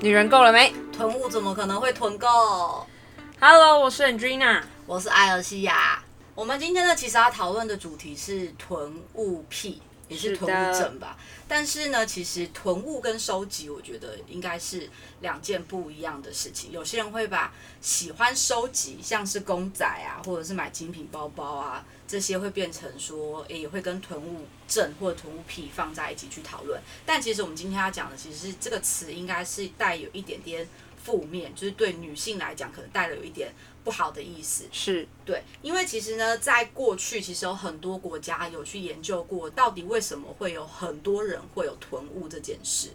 女人够了没囤物怎么可能会囤够？ ？Hello，我是 Andrina。我是艾尔西亚。我们今天呢，其实要讨论的主题是囤物癖，也是囤物是症吧。但是呢，其实囤物跟收集，我觉得应该是两件不一样的事情。有些人会把喜欢收集，像是公仔啊，或者是买精品包包啊，这些会变成说，诶也会跟囤物症或者囤物癖放在一起去讨论。但其实我们今天要讲的，其实是这个词应该是带有一点点负面，就是对女性来讲，可能带了有一点不好的意思。是，对，因为其实呢，在过去其实有很多国家有去研究过，到底为什么会有很多人会有囤物这件事。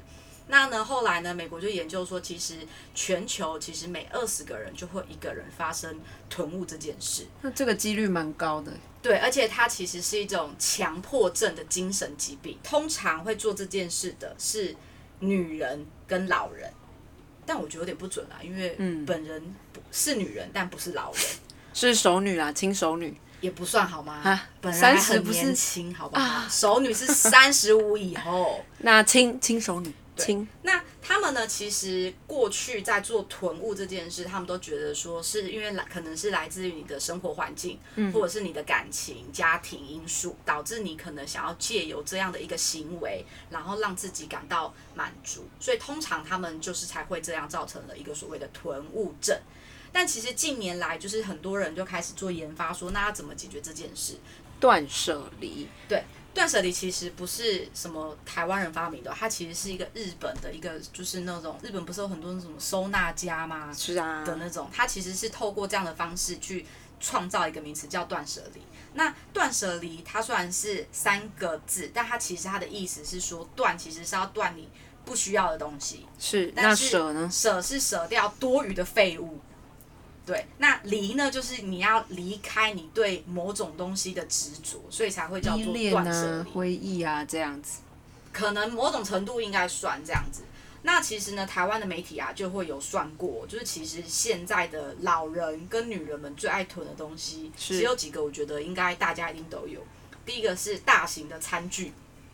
那呢，后来呢，美国就研究说，其实全球其实每二十个人就会有一个人发生囤物这件事。那这个几率蛮高的。对，而且它其实是一种强迫症的精神疾病。通常会做这件事的是女人跟老人，但我觉得有点不准啊，因为嗯本人不是女人，但不是老人，是熟女啦，亲熟女也不算好吗？啊，本来三还十很不年是啊轻，好不好？ 熟女是三十五以后。那亲亲熟女，对亲那他们呢？其实过去在做囤物这件事，他们都觉得说是因为来可能是来自于你的生活环境，嗯或者是你的感情、家庭因素，导致你可能想要借由这样的一个行为，然后让自己感到满足。所以通常他们就是才会这样造成了一个所谓的囤物症。但其实近年来，就是很多人就开始做研发说那要怎么解决这件事？断舍离。断舍离其实不是什么台湾人发明的，它其实是一个日本的一个，就是那种日本不是有很多那种收纳家吗？是啊，的那种，它其实是透过这样的方式去创造一个名词叫断舍离。那断舍离它虽然是三个字，但它其实它的意思是说断其实是要断你不需要的东西，是但那是舍呢？舍是舍掉多余的废物。对，那离呢，就是你要离开你对某种东西的执着，所以才会叫依做恋断舍啊离，。回忆啊，这样子。可能某种程度应该算这样子。那其实呢，台湾的媒体啊就会有算过，就是其实现在的老人跟女人们最爱囤的东西，是只有几个，我觉得应该大家一定都有。第一个是大型的餐具，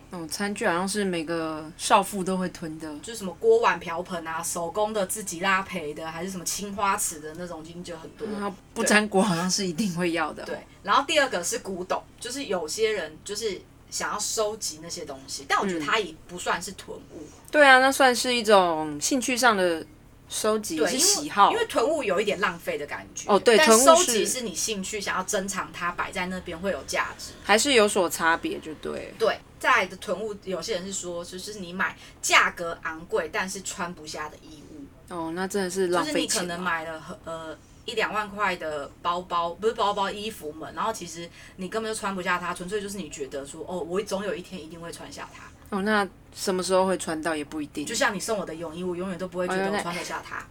那种餐具好像是每个少妇都会囤的，就是什么锅碗瓢盆啊，手工的自己拉胚的，还是什么青花瓷的那种，已经就很多。然后不粘锅嗯 好像是一定会要的。对，然后第二个是古董，就是有些人就是想要收集那些东西，但我觉得它也不算是囤物，对啊，那算是一种兴趣上的收集，对，是因为喜好因，为囤物有一点浪费的感觉。哦对但囤物收是集是你兴趣，想要珍藏它，摆在那边会有价值。还是有所差别，就对。对，再来的囤物，有些人是说，就是你买价格昂贵但是穿不下的衣物，哦，那真的是就浪是费你可钱能了。买了呃。一两万块的包包，不是包包，衣服们，然后其实你根本就穿不下它，纯粹就是你觉得说，哦，我总有一天一定会穿下它。哦，那什么时候会穿到也不一定。就像你送我的泳衣，我永远都不会觉哦得原来我穿得下它。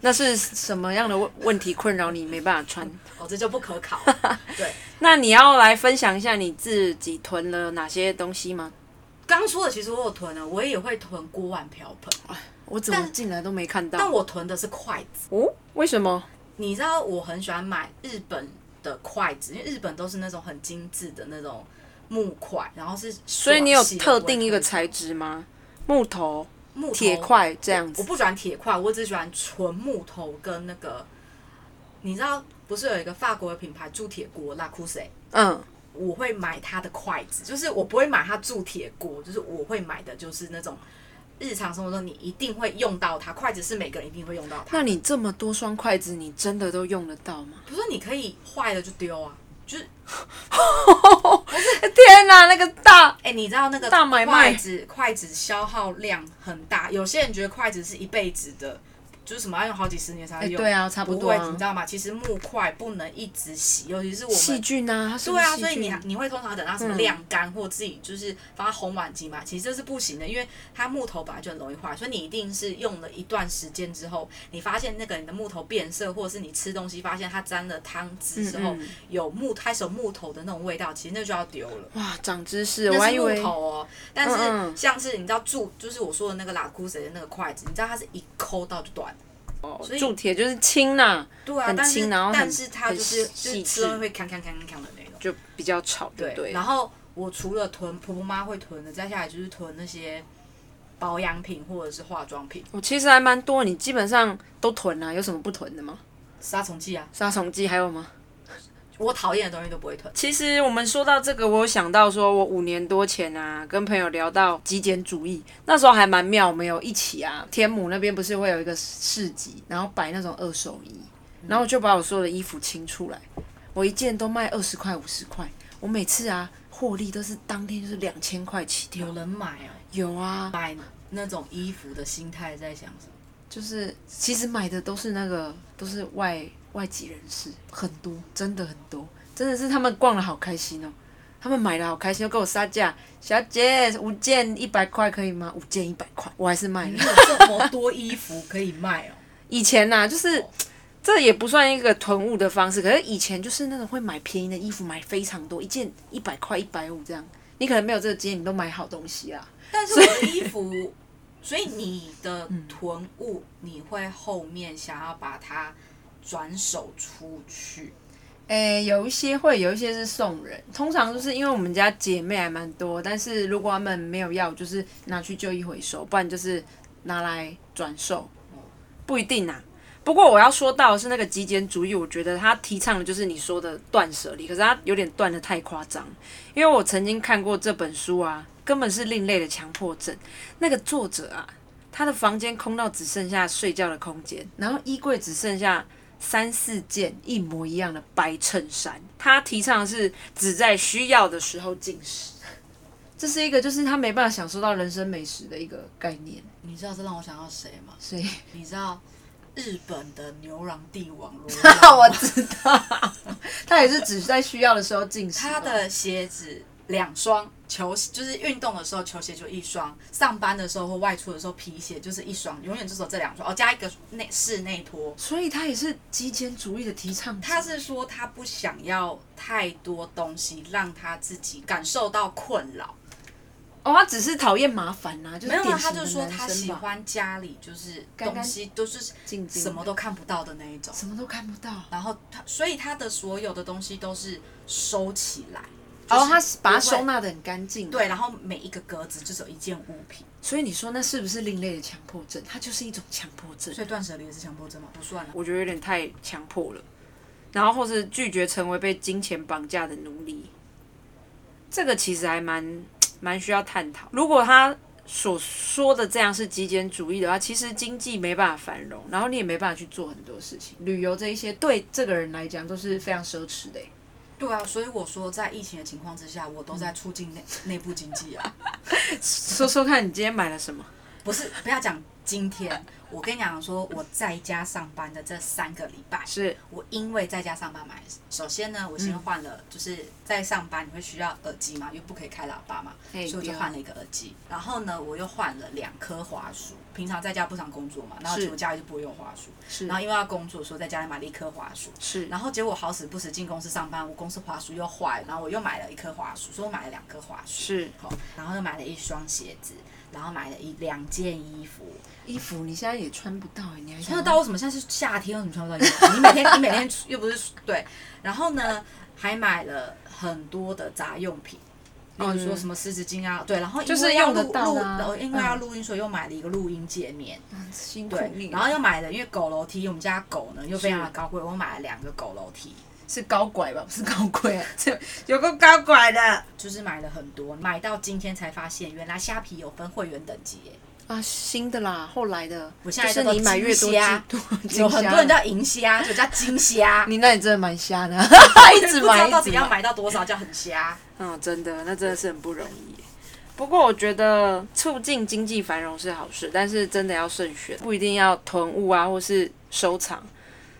那是什么样的问问题困扰你没办法穿？哦，这就不可考。对，那你要来分享一下你自己囤了哪些东西吗？刚说的其实我有囤啊，我也会囤锅碗瓢盆，我怎么进来都没看但到？我囤的是筷子。哦，为什么？你知道我很喜欢买日本的筷子，因为日本都是那种很精致的那种木筷，然后是所以你有爽洗的特定一个我也材质吗？木头、可以木头铁块这样我子？不喜欢铁块，我只喜欢纯木头跟那个，你知道不是有一个法国的品牌铸铁锅拉库塞？嗯，我会买它的筷子，就是我不会买它铸铁锅，就是我会买的就是那种日常生活中你一定会用到它，筷子是每个人一定会用到它。那你这么多双筷子，你真的都用得到吗？ 不是你可以坏了就丢啊，就是天哪，那个大哎、你知道那个大买卖筷子筷子消耗量很大，有些人觉得筷子是一辈子的，就是什么要用好几十年才哎，会用，对啊，差不不多会，你啊知。道吗？其实木筷不能一直洗，尤其是我细们。菌啊，它是不对是啊，细所以你菌你会通常等它什么嗯晾干，或自己就是放在红碗机嘛，其实这是不行的，因为它木头本来就很容易坏，所以你一定是用了一段时间之后，你发现那个你的木头变色，或者是你吃东西发现它沾了汤汁之后，嗯嗯有木开始有木头的那种味道，其实那就要丢了。哇，长知识，我那还是以木为头哦，但嗯是嗯像是你知道铸，就是我说的那个拉库谁的那个筷子，你知道它是一抠到就断了。哦所以铸铁就是轻呐、对啊，很但是轻然后很但是它就是很就细是吃致东西会锵锵锵锵锵的那种。就比较吵，对不对，然后我除了囤婆婆妈会囤的，再下来就是囤那些保养品或者是化妆品、我其实还蛮多，你基本上都囤啊，有什么不囤的吗？杀虫剂啊，杀虫剂还有吗？我讨厌的东西都不会囤。其实我们说到这个，我有想到说，我五年多前啊，跟朋友聊到极简主义，那时候还蛮妙，我们有一起啊，天母那边不是会有一个市集，然后摆那种二手衣，然后我就把我所有的衣服清出来，我一件都卖二十块、五十块，我每次啊获利都是当天就是两千块起跳有，人买哦，有啊，买那种衣服的心态在想 什么？就是其实买的都是那个都是外外籍人士，很多，真的很多，真的是他们逛的好开心哦，他们买的好开心，又给我杀价，小姐五件一百块可以吗？五件一百块，我还是卖你了。有这么多衣服可以卖哦？以前呐、就是这也不算一个囤物的方式，可是以前就是那种会买便宜的衣服，买非常多，一件一百块、一百五这样。你可能没有这个经验，你都买好东西啊。但是我的衣服， 所以你的囤物，你会后面想要把它转手出去，诶、有一些会，有一些是送人。通常就是因为我们家姐妹还蛮多，但是如果她们没有要，就是拿去旧衣回收，不然就是拿来转售，不一定啊。不过我要说到的是那个极简主义，我觉得他提倡的就是你说的断舍离，可是他有点断的太夸张。因为我曾经看过这本书啊，根本是另类的强迫症。那个作者啊，他的房间空到只剩下睡觉的空间，然后衣柜只剩下三四件一模一样的白衬衫。他提倡的是只在需要的时候进食，这是一个就是他没办法享受到人生美食的一个概念。你知道这让我想到谁吗？所 以，你知道日本的牛郎帝王 罗那兰哦我吗知道，他也是只在需要的时候进食。 他的鞋子两双，球就是运动的时候球鞋就一双，上班的时候或外出的时候皮鞋就是一双，永远就只有这两双哦，加一个内室内拖。所以他也是极简主义的提倡者。他是说他不想要太多东西，让他自己感受到困扰。哦，他只是讨厌麻烦呐、就是没有啊，典他型就的说男他喜生吧，欢家里就是干干东西都是静静的什么都看不到的那一种。什么都看不到。然后他，所以他的所有的东西都是收起来。然后、就是哦他把它不会收纳的很干净。对，，然后每一个格子就只有一件物品。所以你说那是不是另类的强迫症？它就是一种强迫症。所以断舍离也是强迫症吗？不算啊。我觉得有点太强迫了，然后或是拒绝成为被金钱绑架的奴隶，这个其实还蛮蛮需要探讨。如果他所说的这样是极简主义的话，其实经济没办法繁荣，然后你也没办法去做很多事情，旅游这一些对这个人来讲都是非常奢侈的欸。 对啊，所以我说在疫情的情况之下，我都在促 进内内部经济啊。说说看你今天买了什么？不是，不要讲今天，我跟你讲说我在家上班的这三个礼拜，是我因为在家上班买，首先呢，嗯我先换了，就是在上班你会需要耳机嘛，又不可以开喇叭嘛，所嘿以我就换了一个耳机。然后呢，我又换了两颗滑鼠，平常在家不常工作嘛，然后是结果家里就不会用滑鼠，是然后因为要工作，所以在家里买了一颗滑鼠。是，然后结果好死不死进公司上班，我公司滑鼠又坏了，然后我又买了一颗滑鼠，所以我买了两颗滑鼠，是好，然后又买了一双鞋子，然后买了一两件衣服，衣服你现在也穿不到欸，你还穿得想到？为什么现在是夏天，为什么穿不到衣服？你 每天你每天又不是对，然后呢还买了很多的杂用品，比如说什么湿纸巾啊，对，然后因哦就是为要用得录到录，啊然后因为要嗯录音，所以又买了一个录音界面，嗯辛苦对你，了。然后又买了，因为狗楼梯，我们家狗呢又非常的是高贵，我买了两个狗楼梯，是高拐吧？不是高贵、 啊，这有个高拐的就是买了很多，买到今天才发现，原来虾皮有分会员等级耶，啊，新的啦，后来的，我现就在是叫做你买越多金虾，就 多金有很虾，多人叫银虾，有叫金虾 你那里真的蛮瞎 的，一直不知买道一到直底要 买，买到多少叫很虾。嗯，真的，那真的是很不容易耶。不过我觉得促进经济繁荣是好事，但是真的要慎选，不一定要囤物啊，或是收藏，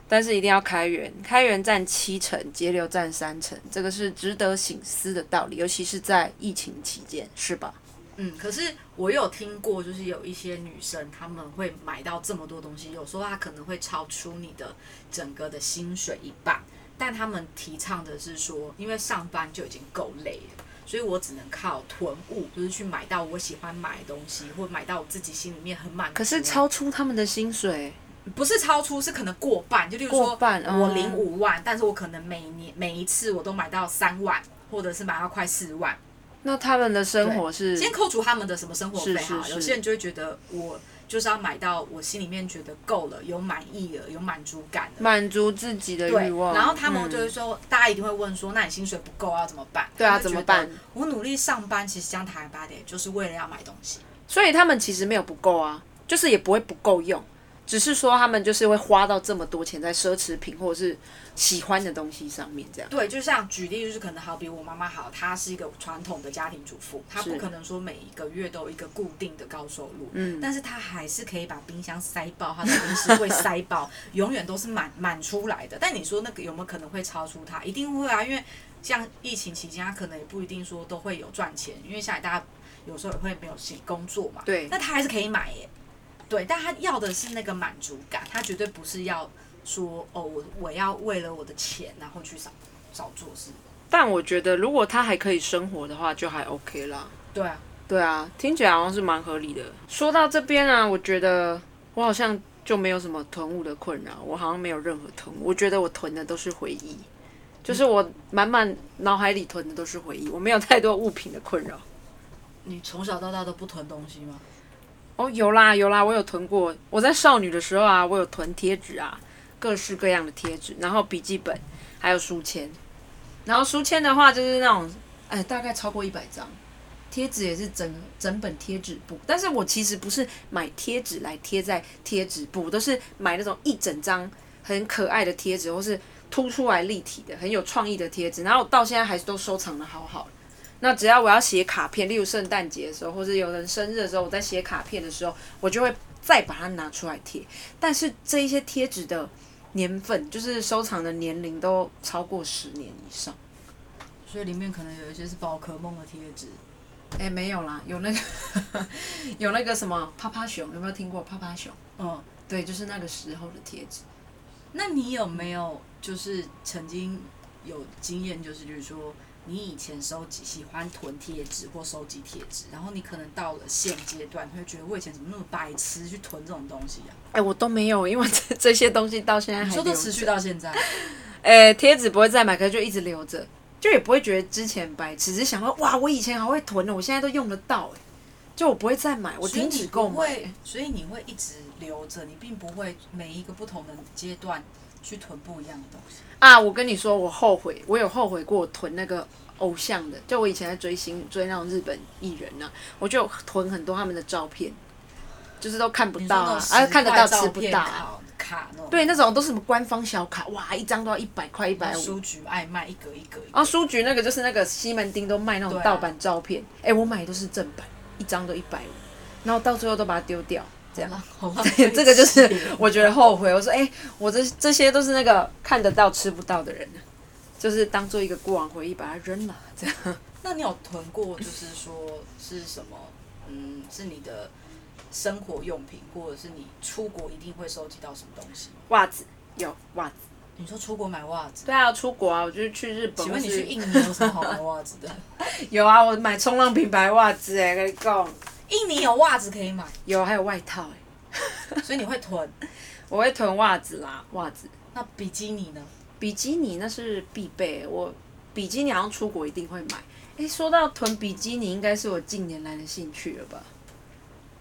但是一定要开源，开源占七成，节流占三成，这个是值得醒思的道理，尤其是在疫情期间，是吧？嗯，可是我有听过，就是有一些女生她们会买到这么多东西，有时候她可能会超出你的整个的薪水一半，但她们提倡的是说，因为上班就已经够累了。所以我只能靠囤物，就是去买到我喜欢买的东西，或买到我自己心里面很满足。可是超出他们的薪水，不是超出，是可能过半。就例如过说，半嗯我领五万，但是我可能每年每一次我都买到三万，或者是买到快四万。那他们的生活是先扣除他们的什么生活费是哈，是是有些人就会觉得我就是要买到我心里面觉得够了，有满意了，有满足感了。满足自己的对欲，望，然后他们就会嗯说，大家一定会问说，那你薪水不够啊，怎么办？对啊，他就怎么觉得办？？我努力上班，其实讲坦白点，就是为了要买东西。所以他们其实没有不够啊，就是也不会不够用，只是说他们就是会花到这么多钱在奢侈品或者是喜欢的东西上面，这样对，就像举例，就是可能好比我妈妈好，她是一个传统的家庭主妇，她是不可能说每一个月都有一个固定的高收入，嗯但是她还是可以把冰箱塞爆，她的零食会塞 爆，永远都是满满出来的。但你说那个有没有可能会超出她？一定会啊，因为像疫情期间，她可能也不一定说都会有赚钱，因为现在大家有时候也会没有薪工作嘛，对那她还是可以买耶。对，但她要的是那个满足感，她绝对不是要说哦，我我要为了我的钱然后去少少做事。但我觉得如果他还可以生活的话，就还 OK 啦。对啊，对啊，听起来好像是蛮合理的。说到这边啊，我觉得我好像就没有什么囤物的困扰，我好像没有任何囤物。我觉得我囤的都是回忆，就是我满满脑海里囤的都是回忆，我没有太多物品的困扰。你从小到大都不囤东西吗？哦，有啦有啦，我有囤过。我在少女的时候啊，我有囤贴纸啊，各式各样的贴纸，然后笔记本，还有书签。然后书签的话，就是那种，哎，大概超过一百张。贴纸也是整整本贴纸布，但是我其实不是买贴纸来贴在贴纸布，我都是买那种一整张很可爱的贴纸，或是凸出来立体的、很有创意的贴纸。然后我到现在还都收藏的好好的。那只要我要写卡片，例如圣诞节的时候，或是有人生日的时候，我在写卡片的时候，我就会再把它拿出来贴。但是这一些贴纸的年份，就是收藏的年龄都超过十年以上。所以里面可能有一些是宝可梦的贴纸，哎、没有啦，有那个 有那个什么趴趴熊，有没有听过趴趴熊？嗯，对，就是那个时候的贴纸。那你有没有就是曾经有经验，就是就是说你以前收集喜欢囤贴纸或收集贴纸，然后你可能到了现阶段，你会觉得我以前怎么那么白痴去囤这种东西啊？哎、我都没有，因为这这些东西到现在哎还你说留都着持续到现在，呃，贴纸不会再买，可是就一直留着，就也不会觉得之前白痴，只是想说哇，我以前好会囤的，我现在都用得到、欸，就我不会再买，我所以停你止不购买欸、会，所以你会一直留着，你并不会每一个不同的阶段去囤不一样的东西。啊！我跟你说，我后悔，我有后悔过我囤那个偶像的，就我以前在追星追那种日本艺人啊，我就囤很多他们的照片，就是都看不你说到那啊种，十啊看得到块吃照不片到、啊，卡卡那种，对，那种都是什么官方小卡，哇，一张都要一百块、一然百后五，书局爱卖一格一格一格然后啊书局那个就是那个西门町都卖那种对啊盗版照片，哎、我买的都是正版，一张都一百五，然后到最后都把它丢掉，这样。好浪费啊 这个就是钱我觉得后悔。我说，哎、我这这些都是那个看得到吃不到的人，啊就是当做一个过往回忆把它扔了，这样。那你有囤过，就是说是什么？嗯，是你的生活用品，或者是你出国一定会收集到什么东西吗？袜子有袜子，你说出国买袜子，对啊，出国啊，我就是去日本。请问你或是去印尼有什么好买袜子的？有啊？我买冲浪品牌袜子、哎，跟你讲， 印尼有袜子可以买，有还有外套、哎，所以你会囤。我会囤袜子啦，袜子。那比基尼呢？比基尼那是必备，我比基尼好像出国一定会买。哎，说到囤比基尼，应该是我近年来的兴趣了吧？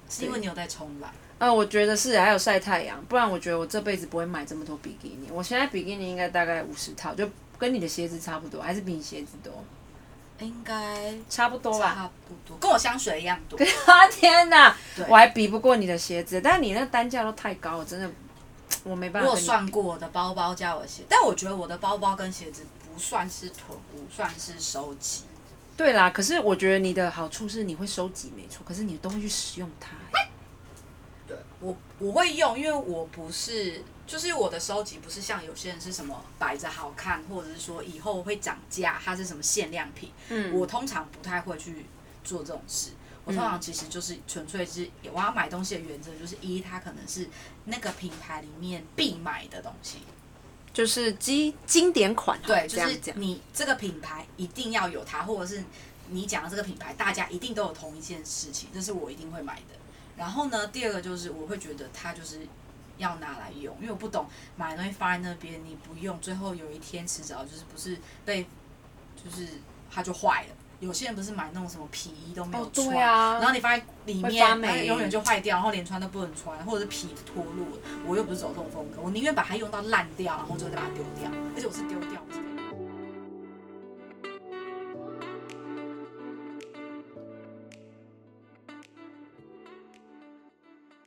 是因为你有在冲浪，啊，我觉得是，还有晒太阳，不然我觉得我这辈子不会买这么多比基尼。我现在比基尼应该大概五十套，就跟你的鞋子差不多，还是比你鞋子多，应该差不多吧？差不多，跟我香水一样多。啊 天哪对，我还比不过你的鞋子，但你那单价都太高，我真的我没办我法有跟你。算过我的包包加我的鞋，但我觉得我的包包跟鞋子不算是囤物，算是收集。对啦，可是我觉得你的好处是你会收集，没错，可是你都会去使用它、欸对，我我会用，因为我不是，就是我的收集不是像有些人是什么摆着好看，或者是说以后会涨价，它是什么限量品。嗯，我通常不太会去做这种事。我通常其实就是纯粹是我要买东西的原则就是一，它可能是那个品牌里面必买的东西，就是经经典款啊、对，这就样是讲。你这个品牌一定要有它，或者是你讲的这个品牌，大家一定都有同一件事情，这是我一定会买的。然后呢，第二个就是我会觉得它就是要拿来用，因为我不懂买的东西放在那边你不用，最后有一天迟早就是不是被就是它就坏了。有些人不是买那种什么皮衣都没有哦，穿，对啊然，后你发现里会发面霉它永远就坏掉，然后连穿都不能穿，或者是皮脱落了。我又不是走这种风格，我宁愿把它用到烂掉，然后之后再把它丢掉，而且我是丢掉。我是